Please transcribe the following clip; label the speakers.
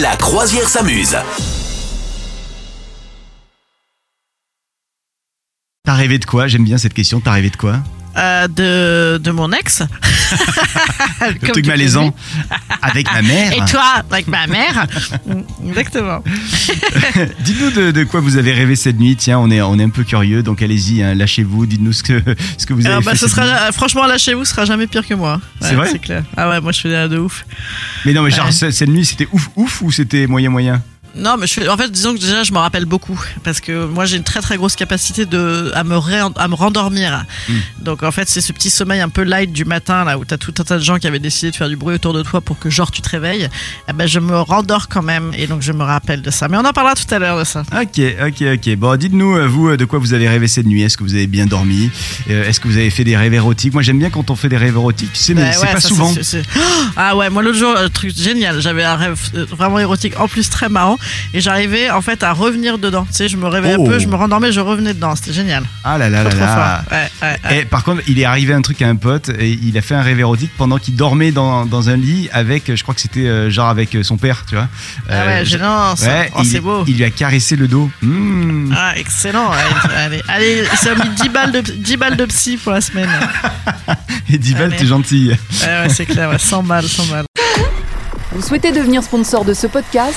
Speaker 1: La croisière s'amuse.
Speaker 2: T'as rêvé de quoi J'aime bien cette question. T'as rêvé de quoi
Speaker 3: Euh, de, de mon ex.
Speaker 2: Le truc malaisant avec ma mère.
Speaker 3: Et toi, avec ma mère. Exactement.
Speaker 2: Dites-nous de, de quoi vous avez rêvé cette nuit. Tiens, on est, on est un peu curieux, donc allez-y, hein, lâchez-vous. Dites-nous ce que, ce que vous avez
Speaker 3: Alors, bah,
Speaker 2: fait.
Speaker 3: ce
Speaker 2: cette
Speaker 3: sera,
Speaker 2: nuit.
Speaker 3: euh, franchement, là chez vous, ce sera jamais pire que moi.
Speaker 2: C'est vrai
Speaker 3: C'est clair. Ah ouais, moi je fais des- de ouf.
Speaker 2: Mais non, mais genre, ce- cette nuit, c'était ouf, ouf ou c'était moyen, moyen
Speaker 3: Non, mais je fais, en fait, disons que déjà, je m'en rappelle beaucoup. Parce que moi, j'ai une très très grosse capacité de, à, me ré- à me rendormir.
Speaker 2: Hmm.
Speaker 3: Donc en fait, c'est ce petit sommeil un peu light du matin, là, où t'as tout un tas de gens qui avaient décidé de faire du bruit autour de toi pour que, genre, tu te réveilles. Eh ben, je me rendors quand même. Et donc, je me rappelle de ça. Mais on en parlera tout à l'heure de ça.
Speaker 2: Ok, ok, ok. Bon, dites-nous, euh, vous, euh, de quoi vous avez rêvé cette nuit Est-ce que vous avez bien dormi Euh, Est-ce que vous avez fait des rêves érotiques Moi, j'aime bien quand on fait des rêves érotiques. Tu sais, mais
Speaker 3: Ouais,
Speaker 2: c'est
Speaker 3: Bah Ben ouais,
Speaker 2: pas
Speaker 3: ça,
Speaker 2: souvent.
Speaker 3: c'est- c'est- Oh ah ouais, moi l'autre jour, euh, truc génial, j'avais un rêve euh, vraiment érotique, en plus très marrant, et j'arrivais en fait à revenir dedans. Tu sais, je me réveillais
Speaker 2: Oh.
Speaker 3: un peu, je me rendormais, je revenais dedans, c'était génial.
Speaker 2: Ah là là
Speaker 3: Trop,
Speaker 2: là là.
Speaker 3: trop fort. Ouais, ouais, ouais.
Speaker 2: Et par contre, il est arrivé un truc à un pote et il a fait un rêve érotique pendant qu'il dormait dans, dans un lit avec, je crois que c'était euh, genre avec euh, son père, tu vois.
Speaker 3: Ah ouais,
Speaker 2: Euh,
Speaker 3: gênant, ça.
Speaker 2: ouais,
Speaker 3: Oh,
Speaker 2: il,
Speaker 3: c'est beau.
Speaker 2: il lui a caressé le dos. Hmm.
Speaker 3: Ah, excellent. ouais. allez, allez, ils s'est mis 10 balles, de, 10 balles de psy pour la semaine. Ah,
Speaker 2: Et dit, Val,
Speaker 3: ouais.
Speaker 2: t'es gentille.
Speaker 3: Ouais, ouais, c'est clair, ouais, 100 balles, 100 balles.
Speaker 4: Vous souhaitez devenir sponsor de ce podcast